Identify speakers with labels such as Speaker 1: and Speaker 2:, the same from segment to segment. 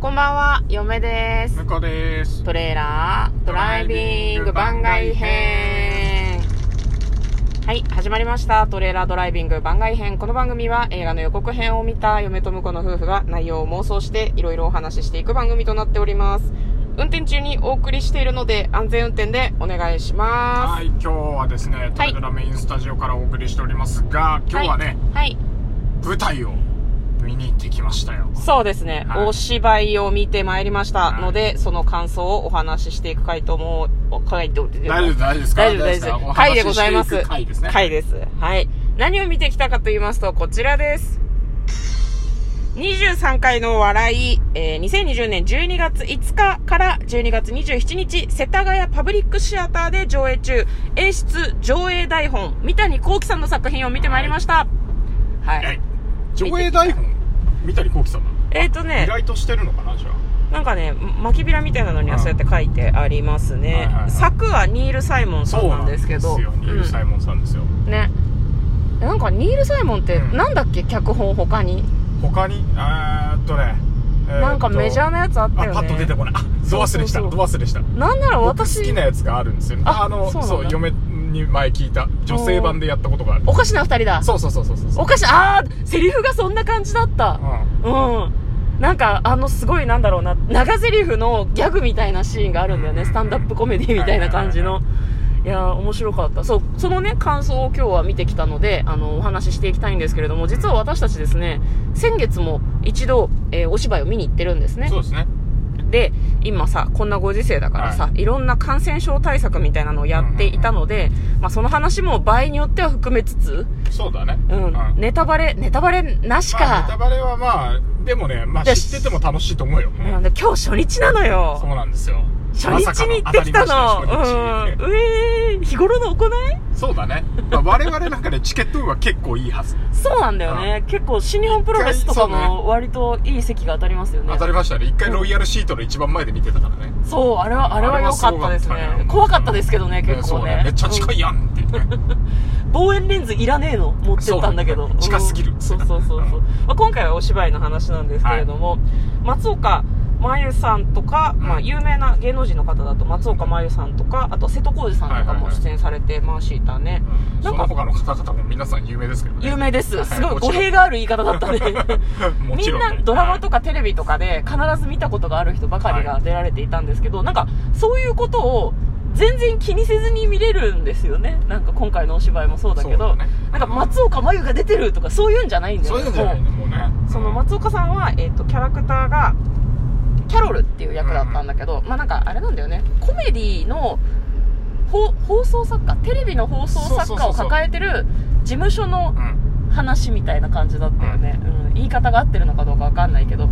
Speaker 1: こんばんは、嫁です。
Speaker 2: 向こうです。
Speaker 1: トレーラードライビング番外編。はい、始まりました。トレーラードライビング番外編。この番組は映画の予告編を見た嫁と婿の夫婦が内容を妄想していろいろお話ししていく番組となっております。運転中にお送りしているので安全運転でお願いしま
Speaker 2: はい、今日はですね、トレドラメインスタジオからお送りしておりますが、
Speaker 1: す。
Speaker 2: 今日はね、
Speaker 1: はい。はい。
Speaker 2: 舞台を見に行ってきましたよ。
Speaker 1: そうですね、
Speaker 2: はい
Speaker 1: お芝居を見てまいりましたので、
Speaker 2: は
Speaker 1: その感想をお話ししていく回とも、お回と、
Speaker 2: 大丈夫、大丈夫ですか
Speaker 1: 大丈夫です
Speaker 2: かお話し
Speaker 1: 回でございます
Speaker 2: してく回ですね。
Speaker 1: 回です。はい。何を見てきたかと言いますと、こちらです。23回の笑い、えー2020年12月5日から12月27日、世田谷パブリックシアターで上映中、演出上映台本、三谷幸喜さんの作品を見てまいりました。はい。
Speaker 2: はい上映台本、三谷幸喜さんなの
Speaker 1: えっ、とね
Speaker 2: 意、外としてるのかな、じゃ
Speaker 1: なんかね、巻きびらみたいなのにはそうやって書いてありますね。
Speaker 2: はいはいはい
Speaker 1: 作はニール・サイモン
Speaker 2: あ。
Speaker 1: さんなんですけど。
Speaker 2: そうなんですよ。ニール・サイモンさんですよ。
Speaker 1: うんね。なんかニール・サイモンって、
Speaker 2: うん
Speaker 1: なんだっけ、脚本他に。
Speaker 2: 他に、えーっとね、えーっと
Speaker 1: なんかメジャーなやつあったよ
Speaker 2: あ、
Speaker 1: ね。
Speaker 2: パッと出てこない。あ、ド忘れした、
Speaker 1: そ
Speaker 2: ド
Speaker 1: うそうそう
Speaker 2: 忘れした。
Speaker 1: なんなら私、
Speaker 2: 好きなやつがあるんですよね。
Speaker 1: あ
Speaker 2: あ
Speaker 1: そ
Speaker 2: の、
Speaker 1: うなんだ
Speaker 2: そう、嫁に前聞いた、女性版でやったことがある。
Speaker 1: おかしな二人だ。
Speaker 2: そうそうそうそうそう。
Speaker 1: おかし、あー、セリフがそんな感じだった。
Speaker 2: う
Speaker 1: うん。なんか、あの、すごい、なんだろうな、長セリフのギャグみたいなシーンがあるんだよね。
Speaker 2: うん
Speaker 1: スタンダップコメディみたいな感じ
Speaker 2: は
Speaker 1: の
Speaker 2: い。
Speaker 1: いやー、面白かった。そう、そのね、感想を今日は見てきたので、あの、お話ししていきたいんですけれども、実は私たちですね、先月も一度、えーお芝居を見に行ってるんですね
Speaker 2: ん。そうですね。
Speaker 1: で今さこんなご時世だからさ、、
Speaker 2: はい
Speaker 1: ろんな感染症対策みたいなのをやっていたので、まあ、その話も場合によっては含めつつ、
Speaker 2: そうだね。
Speaker 1: うんネタバレネタバレなし
Speaker 2: まあ、ネタ
Speaker 1: か、
Speaker 2: バレはまあ、でもね、まあ
Speaker 1: よ
Speaker 2: 知
Speaker 1: し
Speaker 2: ってても楽しいと思うよ。
Speaker 1: うんで今日初日なの
Speaker 2: そう
Speaker 1: よ
Speaker 2: なんですよ。
Speaker 1: 初日に行ってきた
Speaker 2: まさ
Speaker 1: の
Speaker 2: か当たりました初日
Speaker 1: うんうえー、日頃の行い
Speaker 2: そうだね。まあ、我々なんかね、チケット運は結構いいはず。
Speaker 1: そうなんだよね、結構新日本プロレスとか
Speaker 2: 一回そう
Speaker 1: も割といい席が当たりますよね
Speaker 2: 当たりましたね。一回ロイヤルシートの一番前で見てたからね。
Speaker 1: そうあれはあれは良かったです
Speaker 2: あれは
Speaker 1: ね
Speaker 2: すごかったね
Speaker 1: 怖かったですけどね結
Speaker 2: そ
Speaker 1: 構
Speaker 2: う
Speaker 1: ね
Speaker 2: ね。めっちゃ近いやんって言ってね。
Speaker 1: 望遠レンズいらねえの持ってったんだけど
Speaker 2: そう近すぎる
Speaker 1: うんそうそうそうそう、
Speaker 2: うん
Speaker 1: まあ、今回はお芝居の話なんですけれども、松岡真由さんとか、
Speaker 2: うん
Speaker 1: まあ、有名な芸能人の方だと松岡真由さんとかあと瀬戸康史さんとかも出演されてましたね、
Speaker 2: うん
Speaker 1: な
Speaker 2: そ
Speaker 1: ん
Speaker 2: の
Speaker 1: か
Speaker 2: 他の方々も皆さん有名ですけどね。
Speaker 1: 有名です
Speaker 2: はい
Speaker 1: すごい
Speaker 2: もちろ
Speaker 1: 語
Speaker 2: ん
Speaker 1: 弊がある言い方だった ね
Speaker 2: も
Speaker 1: み
Speaker 2: ち
Speaker 1: ん
Speaker 2: ろね
Speaker 1: なドラマと
Speaker 2: は
Speaker 1: かテレビとかで必ず見たことがある人ばかりが出られていたんですけど、なんかそういうことを全然気にせずに見れるんですよねなんか今回のお芝居もそう
Speaker 2: い
Speaker 1: だけ
Speaker 2: そ
Speaker 1: ど
Speaker 2: うだね
Speaker 1: なんか松岡真優が出てるとかそういうんじゃないんだよ
Speaker 2: そういうのじゃない
Speaker 1: も
Speaker 2: ね、もうね
Speaker 1: う。その松岡さんは、えっとキャラクターがキャロルっていう役だったんだけど、まあなんかあれなんだよねコメディのほ放送作家テレビの放送
Speaker 2: そ
Speaker 1: 作
Speaker 2: うそ
Speaker 1: 家
Speaker 2: うそ
Speaker 1: を
Speaker 2: うそう
Speaker 1: 抱えてる事務所の
Speaker 2: うん
Speaker 1: 話みたいな感じだったよね、うん言い方が合ってるのかどうかわかんないけど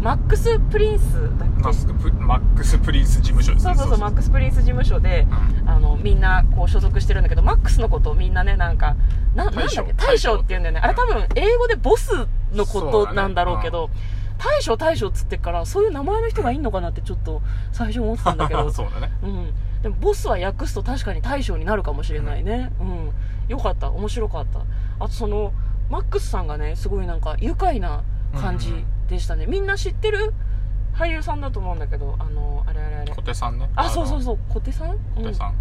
Speaker 1: マックス・プリンスだっけ
Speaker 2: マスクプマックスプリンス事務所です
Speaker 1: そ
Speaker 2: ね。
Speaker 1: うそうそうマックス・プリンス事務所で、
Speaker 2: うん
Speaker 1: あのみんなこう所属してるんだけどマックスのことをみんなねなんかななんだっ
Speaker 2: 大将
Speaker 1: け大将って言うんだよねあれ多分英語でボスのこ
Speaker 2: そう
Speaker 1: と
Speaker 2: だね
Speaker 1: なんだろうけど大将大将っつってっからそういう名前の人がいんのかなってちょっと最初思ってたんだけど
Speaker 2: そうだね。
Speaker 1: うん、でもボスは訳すと確かに大将になるかもしれないね、うんよかった面白かったあとそのマックスさんがねすごいなんか愉快な感じでしたね、みんな知ってる俳優さんだと思うんだけどあのあれあれあれ
Speaker 2: 小手さんね。
Speaker 1: あそうそう
Speaker 2: う。
Speaker 1: そう小手さん
Speaker 2: 小手さん。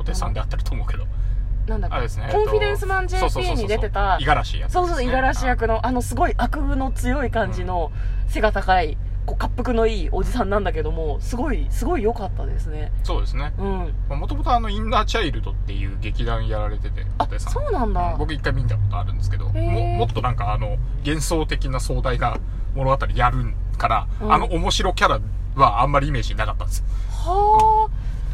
Speaker 2: 小手さんであってると思うけど。
Speaker 1: うん、なんだっ
Speaker 2: あ
Speaker 1: け
Speaker 2: れですね。
Speaker 1: コンフィデンスマン JP に出てた
Speaker 2: 五十嵐役。
Speaker 1: そうそう五十嵐。役のあのすごい悪夢の強い感じの背が高いこう滑腹のいいおじさんなんだけどもすごいすごい良かったですね
Speaker 2: そうですね。
Speaker 1: うん
Speaker 2: もともとあの、インナーチャイルドっていう劇団やられてて、小
Speaker 1: あ
Speaker 2: 手さん。
Speaker 1: そうなんだ
Speaker 2: 僕一回見たことあるんですけど、
Speaker 1: へー
Speaker 2: ももっとなんかあの、幻想的な壮大な物語やるから、
Speaker 1: うん
Speaker 2: あの面白キャラはあんまりイメージなかったんですよ。
Speaker 1: は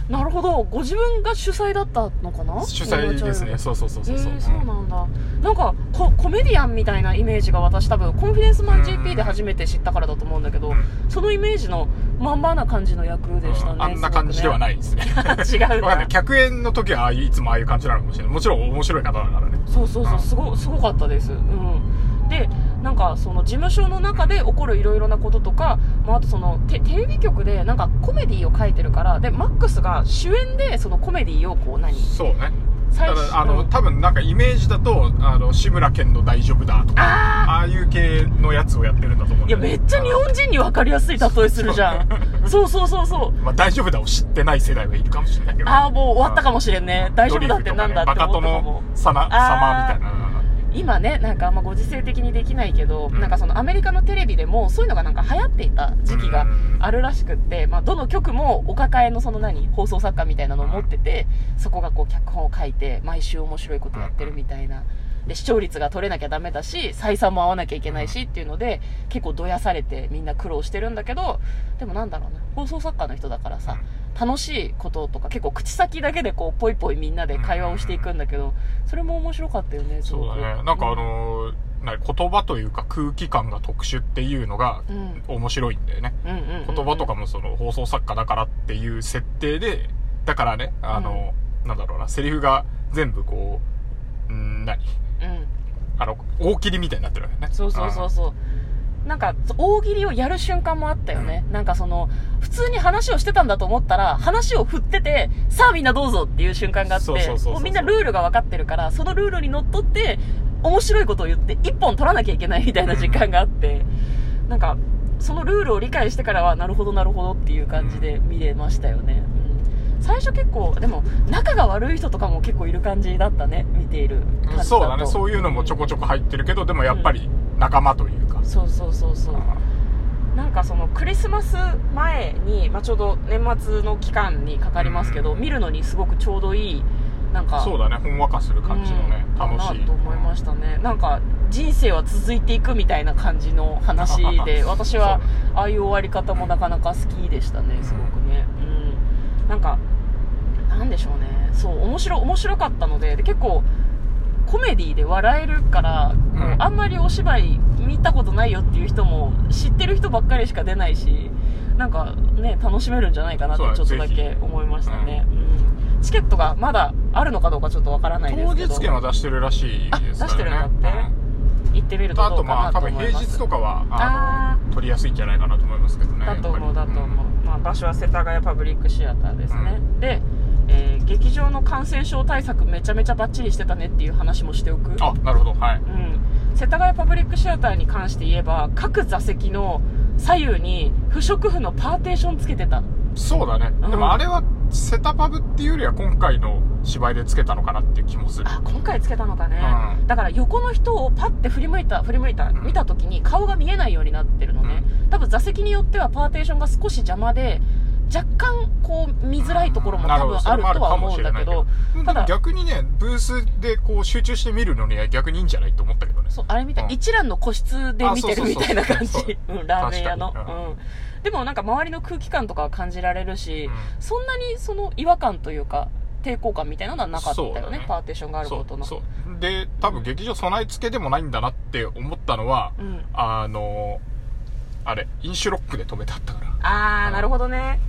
Speaker 1: あ、なるほどご自分が主催だったのかな
Speaker 2: 主催ですね。そうそうそう
Speaker 1: え
Speaker 2: そう。
Speaker 1: ー、そうなんだなんかココメディアンみたいなイメージが私多分コンフィデンスマン JP で初めて知ったからだと思うんだけど、
Speaker 2: うん
Speaker 1: そのイメージのまんまな感じの役でしたね、
Speaker 2: うんあんな感じではいないですね。
Speaker 1: 違うん
Speaker 2: わかんない。
Speaker 1: だ
Speaker 2: 客演の時はああいういつもああいう感じなのかもしれない。もちろん面白い方だからね。
Speaker 1: そうそうそううんすごすごかったです、うん、でなんかその事務所の中で起こるいろいろなこととか、まあ、あとそのテテレビ局でなんかコメディを書いてるからでマックスが主演でそのコメディをこう何
Speaker 2: そうね。
Speaker 1: 最
Speaker 2: た
Speaker 1: 初
Speaker 2: だあの多分なんかイメージだとあの志村けんの「大丈夫だ」とか
Speaker 1: あ
Speaker 2: ああいう系のやつをやってるんだと思うん
Speaker 1: い
Speaker 2: だ
Speaker 1: や
Speaker 2: よね
Speaker 1: めっちゃ日本人に分かりやすい例えするじゃんそうそうそうそう
Speaker 2: まあ、大丈夫だを知ってない世代がいるかもしれないけど
Speaker 1: ああもう終わったかもしれんね大丈夫だってなんだって
Speaker 2: バカ
Speaker 1: 思ったかも
Speaker 2: のさな
Speaker 1: あー
Speaker 2: 様みたいな
Speaker 1: 今ねなんかあんまご時世的にできないけど、
Speaker 2: うん
Speaker 1: なんかそのアメリカのテレビでもそういうのがなんか流行っていた時期が
Speaker 2: うん
Speaker 1: あるらしくって、まあ、どの局もお抱えのその何放送作家みたいなのを持っててそこがこう脚本を書いて毎週面白いことやってるみたいな。で視聴率が取れなきゃダメだし採算も合わなきゃいけないしっていうので結構どやされてみんな苦労してるんだけどでもなんだろうな放送作家の人だからさ楽しいこととか結構口先だけでこうポイポイみんなで会話をしていくんだけどそれも面白かったよねす
Speaker 2: そ
Speaker 1: ご
Speaker 2: う
Speaker 1: く
Speaker 2: だねなんかあのーな言葉というか空気感が特殊っていうのが
Speaker 1: うんうん
Speaker 2: 面白いんだよね
Speaker 1: うんうんうん
Speaker 2: 言葉とかもその放送作家だからっていう設定でだからねあのーなんだろうなセリフが全部こうんー何
Speaker 1: うん
Speaker 2: あの大喜利みたいになってるわけね
Speaker 1: そうそうそうそうなんか大喜利をやる瞬間もあったよね、なんかその普通に話をしてたんだと思ったら話を振っててさあみんなどうぞっていう瞬間があって
Speaker 2: そうそうそうそう
Speaker 1: もうみんなルールが分かってるからそのルールにのっとって面白いことを言って一本取らなきゃいけないみたいな時間があって、なんかそのルールを理解してからはなるほどなるほどっていう感じで見れましたよね、うん最初結構でも仲が悪い人とかも結構いる感じだったね見ている感じだと
Speaker 2: そうだねそういうのもちょこちょこ入ってるけどでもやっぱり仲間というか、
Speaker 1: そうそうそうそうなんかそのクリスマス前に、まあ、ちょうど年末の期間にかかりますけど、見るのにすごくちょうどいいなんか
Speaker 2: そうだねほんわかする感じのね、
Speaker 1: うん
Speaker 2: 楽し
Speaker 1: だないと思いましたねなんか人生は続いていくみたいな感じの話 で私はああいう終わり方もなかなか好きでしたねすごくねうんなんかなんでしょうねそう面白面白かったのでで結構コメディで笑えるから、こう
Speaker 2: うん
Speaker 1: あんまりお芝居見たことないよっていう人も知ってる人ばっかりしか出ないしなんかね楽しめるんじゃないかなって
Speaker 2: そうだ
Speaker 1: ちょっとだ
Speaker 2: ぜ
Speaker 1: け
Speaker 2: ひ
Speaker 1: 思いましたね、うんチケットがまだあるのかどうかちょっとわからないで
Speaker 2: 当
Speaker 1: すけど
Speaker 2: 日券は出してるらしいです
Speaker 1: あ出して
Speaker 2: か
Speaker 1: るんだ
Speaker 2: ら
Speaker 1: っ
Speaker 2: ね
Speaker 1: て行ってみ
Speaker 2: う
Speaker 1: る
Speaker 2: ん
Speaker 1: と
Speaker 2: あ
Speaker 1: ど
Speaker 2: と
Speaker 1: うか
Speaker 2: ま
Speaker 1: なと
Speaker 2: あ多
Speaker 1: 思
Speaker 2: 分
Speaker 1: います
Speaker 2: 平日とかはあの取りやすいんじゃないかなと思いますけどね
Speaker 1: だと思うだと思う、
Speaker 2: う
Speaker 1: まあ、場所は世田谷パブリックシアターですね、で、えー劇場の感染症対策めちゃめちゃバッチリしてたねっていう話もしておく
Speaker 2: あなるほどはい
Speaker 1: うん、世田谷パブリックシアターに関して言えば各座席の左右に不織布のパーテーションつけてた
Speaker 2: そうだね、
Speaker 1: うん
Speaker 2: でもあれはセタパブっていうよりは今回の芝居でつけたのかなっていう気もする
Speaker 1: あ今回つけたのかね、
Speaker 2: うん
Speaker 1: だから横の人をパッて振り向いた振り向いた見た時に顔が見えないようになってるのね、多分座席によってはパーテーションが少し邪魔で若干こう見づらいところも
Speaker 2: な
Speaker 1: 多
Speaker 2: るほ
Speaker 1: 分
Speaker 2: ど
Speaker 1: あるとは思うんだけど
Speaker 2: そ
Speaker 1: た
Speaker 2: れもあるかもしれないけどで
Speaker 1: だ
Speaker 2: も逆にねブースでこう集中して見るのには逆にいいんじゃないと思ったけどね
Speaker 1: そうあれみたい、
Speaker 2: うん
Speaker 1: 一蘭の個室で見てるみたいな感
Speaker 2: あそうそうそう
Speaker 1: じうんラーメン屋の、
Speaker 2: 確かに
Speaker 1: うん、でもなんか周りの空気感とかは感じられるし、
Speaker 2: うん
Speaker 1: そんなにその違和感というか抵抗感みたいなのはなかったよ
Speaker 2: そうだ
Speaker 1: ね
Speaker 2: ね
Speaker 1: パーテーションがあることの
Speaker 2: そうそうで多分劇場備え付けでもないんだなって思ったのは、
Speaker 1: うん、
Speaker 2: あのあれインシュロックで止めてあったから
Speaker 1: ああなるほどね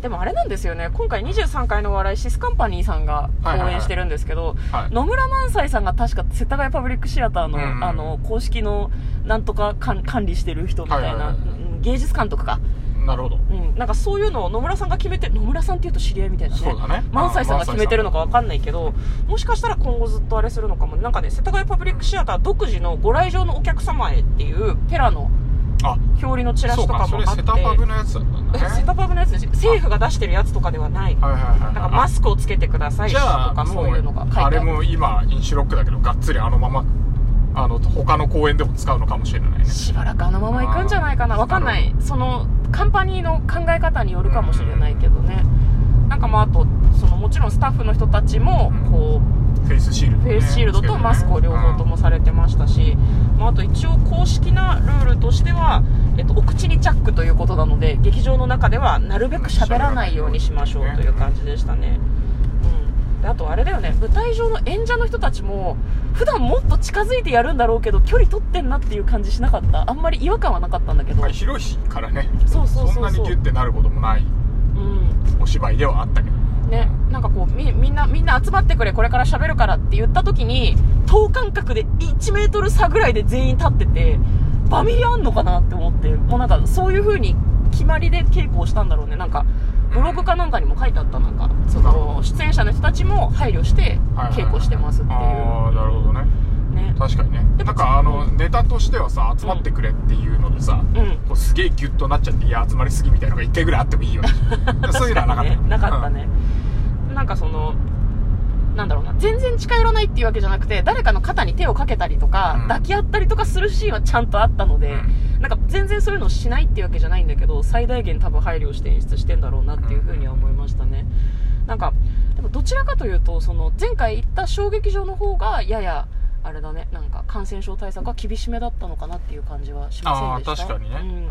Speaker 1: でもあれなんですよね今回23回のお笑いシスカンパニーさんが
Speaker 2: はいはい
Speaker 1: 応
Speaker 2: はい
Speaker 1: 援してるんですけど、
Speaker 2: はい
Speaker 1: 野村萬斎さんが確か世田谷パブリックシアターの,、
Speaker 2: うん
Speaker 1: あの公式のなんとか管管理してる人みたいな、
Speaker 2: はいはいはい
Speaker 1: うん芸術監督か、
Speaker 2: なるほど、
Speaker 1: うん、なんかそういうのを野村さんが決めて野村さんっていうと知り合いみたいなね
Speaker 2: そうだね
Speaker 1: 萬斎さんが決めてるのかわ
Speaker 2: ん
Speaker 1: かんないけどもしかしたら今後ずっとあれするのかもなんかね世田谷パブリックシアター独自のご来場のお客様へっていうペラの
Speaker 2: あ
Speaker 1: 表裏のチラシ
Speaker 2: そう
Speaker 1: とか
Speaker 2: か
Speaker 1: も
Speaker 2: それ
Speaker 1: あって
Speaker 2: セタパブのやつだったんだね
Speaker 1: えセタパブのやつです政府が出してるやつとかではない
Speaker 2: はいはいはいは
Speaker 1: な
Speaker 2: い
Speaker 1: んかマスクをつけてください
Speaker 2: じ
Speaker 1: と
Speaker 2: ゃあ
Speaker 1: か
Speaker 2: も
Speaker 1: そういうのが書いて
Speaker 2: あ
Speaker 1: ある
Speaker 2: れも今インシュロックだけどがっつりあのままあの他の公演でも使うのかもしれないね
Speaker 1: しばらくあのまま行くんじゃないかな
Speaker 2: あー
Speaker 1: わかんないそのカンパニーの考え方によるかもしれないけどねなんかまああとそのもちろんスタッフの人たちも
Speaker 2: うん
Speaker 1: こう
Speaker 2: フェイスシールドね、
Speaker 1: フェイスシールドとマスクを両方ともされてましたし、まあ、あと一応公式なルールとしては、えっと、お口にチャックということなので劇場の中ではなるべく喋らないようにしましょうという感じでしたね、うん、であとあれだよね舞台上の演者の人たちも普段もっと近づいてやるんだろうけど距離取ってんなっていう感じしなかったあんまり違和感はなかったんだけ
Speaker 2: うん
Speaker 1: ど、
Speaker 2: まあ広いからね
Speaker 1: そうそうそうそうん
Speaker 2: なにギュッてなることもない
Speaker 1: うん
Speaker 2: お芝居ではあったけど
Speaker 1: ね、なんかこうみみんなみんな集まってくれこれから喋るからって言った時に等間隔で1メートル差ぐらいで全員立っててバミリあんのかなって思ってもうなんかそういう風に決まりで稽古をしたんだろうねなんかブログかなんかにも書いてあったなんかその出演者の人たちも配慮して稽古してますっていう、
Speaker 2: ああなるほどね
Speaker 1: ね
Speaker 2: 確かにね
Speaker 1: でも
Speaker 2: なんかあの
Speaker 1: う
Speaker 2: ネタとしてはさ集まってくれっていうのでさ、
Speaker 1: うん
Speaker 2: こうすげえギュッとなっちゃっていや集まりすぎみたいなのが1回ぐらいあってもいい よねそういうのはなかったよ
Speaker 1: ねなかったね、なんかそのなんだろうな全然近寄らないっていうわけじゃなくて誰かの肩に手をかけたりとか、
Speaker 2: うん
Speaker 1: 抱き合ったりとかするシーンはちゃんとあったの
Speaker 2: う
Speaker 1: で、
Speaker 2: んうん
Speaker 1: なんか全然そういうのしないっていうわけじゃないんだけど最大限多分配慮して演出してんだろうなっていうふうには思いましたねなんかでもどちらかというとその前回行った小劇場の方がややあれだねなんか感染症対策が厳しめだったのかなっていう感じはし
Speaker 2: あ
Speaker 1: ま
Speaker 2: あ
Speaker 1: せんでした
Speaker 2: 確かにね、う
Speaker 1: うんん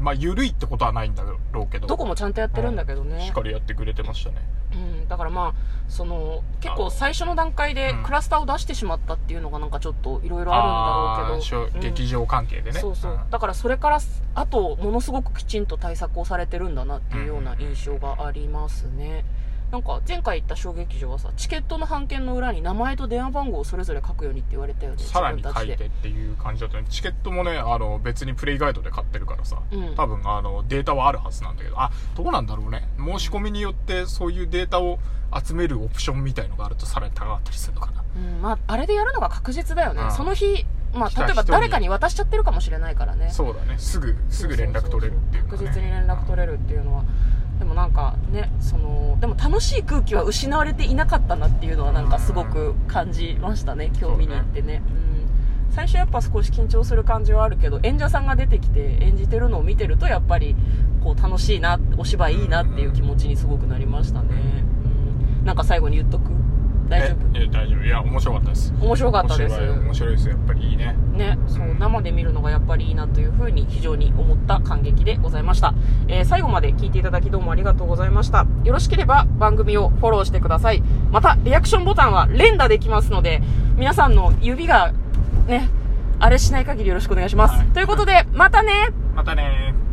Speaker 2: まあ緩いってことはないんだろうけど
Speaker 1: どこもちゃんとやってるんだけどね、
Speaker 2: しっかりやってくれてましたね
Speaker 1: うん、だからまあその結構最初の段階で
Speaker 2: うん
Speaker 1: クラスターを出してしまったっていうのがなんかちょっといろいろあるんだろうけど
Speaker 2: あーしょ
Speaker 1: うん
Speaker 2: 劇場関係でね
Speaker 1: そうそ
Speaker 2: ん
Speaker 1: うだからそれからあとものすごくきちんと対策をされてるんだなっていうような印象がありますねなんか前回行った小劇場はさチケットの版権の裏に名前と電話番号をそれぞれ書くようにって言われたよね
Speaker 2: さらに
Speaker 1: 自分
Speaker 2: 書
Speaker 1: たち
Speaker 2: い
Speaker 1: で
Speaker 2: てっていう感じだったねチケットもねあの別にプレイガイドで買ってるからさ、
Speaker 1: うん
Speaker 2: 多分あのデータはあるはずなんだけどあどうなんだろうね申し込みによってそういうデータを集めるオプションみたいのがあるとさらに高かったりするのかな
Speaker 1: うんまあ、あれでやるのが確実だよね、
Speaker 2: うん
Speaker 1: その日、ま
Speaker 2: 来
Speaker 1: あ、
Speaker 2: た
Speaker 1: 例えば
Speaker 2: 人に
Speaker 1: 誰かに渡しちゃってるかもしれないからね
Speaker 2: そうだねすぐすぐ連絡取れるっていうか、ね、
Speaker 1: 確実に連絡取
Speaker 2: れ
Speaker 1: れるっていうのはでもなんかねそのでも楽しい空気は失われていなかったなっていうのはなんかすごく感じましたね今日見に行ってねうん、最初やっぱ少し緊張する感じはあるけど演者さんが出てきて演じてるのを見てるとやっぱりこう楽しいなお芝居いいなっていう気持ちにすごくなりましたね、うん、なんか最後に言っとく大丈
Speaker 2: いや大丈夫いや面白かったです
Speaker 1: 夫面白かったです
Speaker 2: 面白い面白いですやっぱりいいね
Speaker 1: ね、そう生で見るのがやっぱりいいなというふうに非常に思った感激でございました、えー最後まで聞いていただきどうもありがとうございましたよろしければ番組をフォローしてくださいまたリアクションボタンは連打できますので皆さんの指がねあれしない限りよろしくお願いします、
Speaker 2: はい
Speaker 1: ということでまたね
Speaker 2: またねー